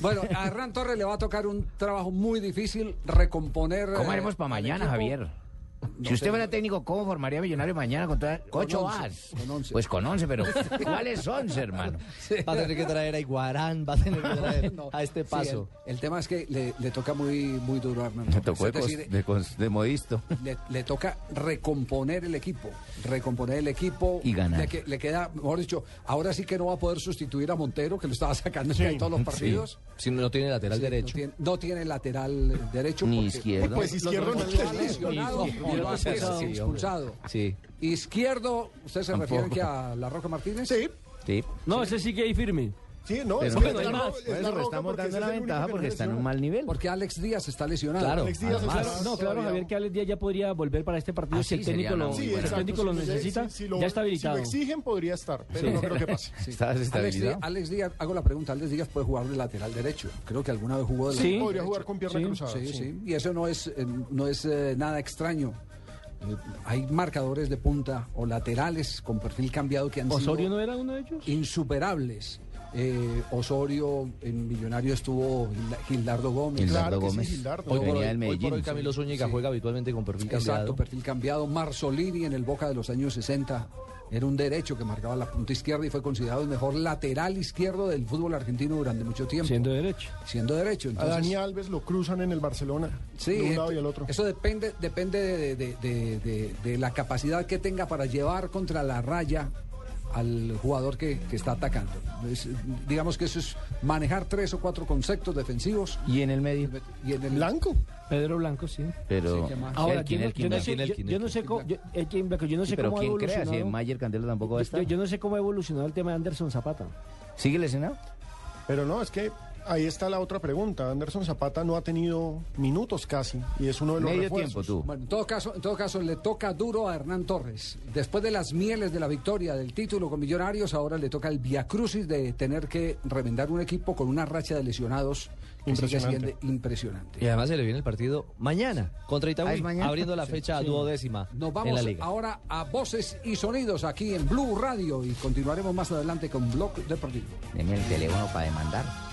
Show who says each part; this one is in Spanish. Speaker 1: Bueno, a Hernán Torres le va a tocar un trabajo muy difícil, recomponer.
Speaker 2: ¿Cómo
Speaker 1: eh,
Speaker 2: haremos para
Speaker 1: al
Speaker 2: mañana,
Speaker 1: equipo.
Speaker 2: Javier? si usted fuera técnico, ¿cómo formaría Millonario mañana con todas con ocho
Speaker 1: once,
Speaker 2: as?
Speaker 1: con once.
Speaker 2: Pues con once, pero ¿cuáles once, hermano?
Speaker 3: Va a tener que traer a Iguarán, va a tener que traer
Speaker 1: No,
Speaker 3: a este
Speaker 1: sí,
Speaker 3: paso.
Speaker 1: el, el tema es que le, le toca muy, muy duro a Hernán
Speaker 2: Me
Speaker 1: Torres.
Speaker 2: tocó de,
Speaker 1: Es
Speaker 2: cos-
Speaker 1: decir,
Speaker 2: de cos- de modisto.
Speaker 1: le, le toca recomponer el equipo, recomponer el equipo
Speaker 2: Y ganar.
Speaker 1: Le, que- le queda, mejor dicho, ahora sí que no va a poder sustituir a Montero, que lo estaba sacando en todos los partidos.
Speaker 4: Si no, no tiene lateral
Speaker 1: Sí,
Speaker 4: derecho.
Speaker 1: No tiene, no tiene lateral derecho.
Speaker 2: Ni
Speaker 1: porque-
Speaker 2: izquierdo.
Speaker 1: porque
Speaker 2: Pues
Speaker 1: izquierdo no está lesionado. o lo ha expulsado. expulsado.
Speaker 4: Sí.
Speaker 1: Izquierdo, ¿usted se
Speaker 2: Tampoco.
Speaker 1: refiere que a La Roca Martínez?
Speaker 5: Sí,
Speaker 2: Sí.
Speaker 6: No, ese sigue ahí firme.
Speaker 5: sí, no,
Speaker 2: Pero
Speaker 5: es
Speaker 2: bueno,
Speaker 5: que
Speaker 2: hay
Speaker 5: la
Speaker 2: más.
Speaker 5: Roca-
Speaker 2: Por
Speaker 5: es
Speaker 2: eso
Speaker 5: la
Speaker 2: le
Speaker 5: Roca
Speaker 2: estamos
Speaker 5: porque
Speaker 2: dando
Speaker 5: es
Speaker 2: la
Speaker 5: el único
Speaker 2: ventaja
Speaker 5: que no
Speaker 2: porque está en un
Speaker 5: lesiona.
Speaker 2: mal nivel.
Speaker 1: Porque Alex Díaz está lesionado.
Speaker 4: Claro.
Speaker 5: Alex Díaz
Speaker 2: Además.
Speaker 5: está-
Speaker 6: No, claro,
Speaker 5: todavía-
Speaker 6: Javier, que Alex Díaz ya podría volver para este partido
Speaker 2: Ah,
Speaker 6: si el
Speaker 2: sí, sería
Speaker 6: técnico
Speaker 2: una
Speaker 6: lo,
Speaker 2: muy
Speaker 5: Sí,
Speaker 6: si el
Speaker 2: buena.
Speaker 5: exacto,
Speaker 6: técnico lo
Speaker 5: si- si-
Speaker 6: necesita.
Speaker 5: si lo-
Speaker 6: ya está habilitado.
Speaker 5: Si lo exigen, podría estar, pero no creo que pase.
Speaker 2: Está
Speaker 1: Alex Díaz,
Speaker 2: desestabilizado.
Speaker 1: Alex Díaz, hago la pregunta, Alex Díaz puede jugar de lateral derecho. Creo que alguna vez jugó de
Speaker 6: Sí.
Speaker 1: lateral
Speaker 5: Podría
Speaker 1: derecho.
Speaker 5: jugar con pierna
Speaker 6: Sí,
Speaker 5: cruzada.
Speaker 1: Sí, sí, y eso no es, eh, no es eh, nada extraño. Eh, hay marcadores de punta o laterales con perfil cambiado que han
Speaker 6: ¿Osorio
Speaker 1: sido
Speaker 6: no era uno de ellos?
Speaker 1: insuperables. Eh, Osorio en Millonario estuvo Gil- Gildardo Gómez.
Speaker 2: Gildardo
Speaker 5: Claro que sí,
Speaker 2: Gómez.
Speaker 5: Gildardo.
Speaker 2: que
Speaker 5: Hoy por
Speaker 2: venía
Speaker 5: hoy-
Speaker 2: del
Speaker 4: Hoy por hoy
Speaker 2: Medellín.
Speaker 4: Camilo Zúñiga juega habitualmente con perfil cambiado.
Speaker 1: Exacto, perfil cambiado. Marzolini en el Boca de los años 60 era un derecho que marcaba la punta izquierda y fue considerado el mejor lateral izquierdo del fútbol argentino durante mucho tiempo.
Speaker 6: Siendo derecho.
Speaker 1: Siendo derecho.
Speaker 5: A
Speaker 1: Entonces,
Speaker 5: Dani Alves lo cruzan en el Barcelona.
Speaker 1: Sí,
Speaker 5: de un lado
Speaker 1: ent-
Speaker 5: y al otro.
Speaker 1: eso depende, depende de, de- de- de- de la capacidad que tenga para llevar contra la raya al jugador que, que está atacando. Es, digamos que eso es manejar tres o cuatro conceptos defensivos.
Speaker 2: Y en el medio.
Speaker 1: Y en el
Speaker 5: Blanco.
Speaker 6: Pedro Blanco, sí.
Speaker 1: Sí,
Speaker 2: Pero.
Speaker 1: ¿qué más?
Speaker 6: Ahora,
Speaker 2: Elkin,
Speaker 6: yo no-
Speaker 2: Elkin,
Speaker 6: yo no
Speaker 2: Elkin.
Speaker 6: sé- yo- yo no sé cómo yo- Elkin Blanco, yo no
Speaker 2: Sí,
Speaker 6: sé
Speaker 2: Pero
Speaker 6: cómo ha
Speaker 2: quién crea si
Speaker 6: evolucionado.
Speaker 2: Mayer Candela tampoco va a
Speaker 6: Yo,
Speaker 2: estar.
Speaker 6: yo no sé cómo ha evolucionado el tema de Anderson Zapata.
Speaker 2: ¿Sigue lesionado?
Speaker 5: Pero no, es que ahí está la otra pregunta. Anderson Zapata no ha tenido minutos casi y es uno de los
Speaker 2: Medio tiempo
Speaker 5: refuerzos.
Speaker 2: tú.
Speaker 1: Bueno, en todo caso, en todo caso le toca duro a Hernán Torres. Después de las mieles de la victoria del título con Millonarios, ahora le toca el viacrucis de tener que remendar un equipo con una racha de lesionados que sigue
Speaker 5: Impresionante.
Speaker 1: siendo impresionante.
Speaker 4: Y además se le viene el partido mañana contra
Speaker 2: Ah,
Speaker 4: Itagüí,
Speaker 2: ¿es mañana?
Speaker 4: abriendo la fecha duodécima
Speaker 1: Nos
Speaker 4: en la
Speaker 1: vamos
Speaker 4: liga.
Speaker 1: ahora a voces y sonidos aquí en Blue Radio y continuaremos más adelante con Blog Deportivo.
Speaker 2: Deme el teléfono para demandar.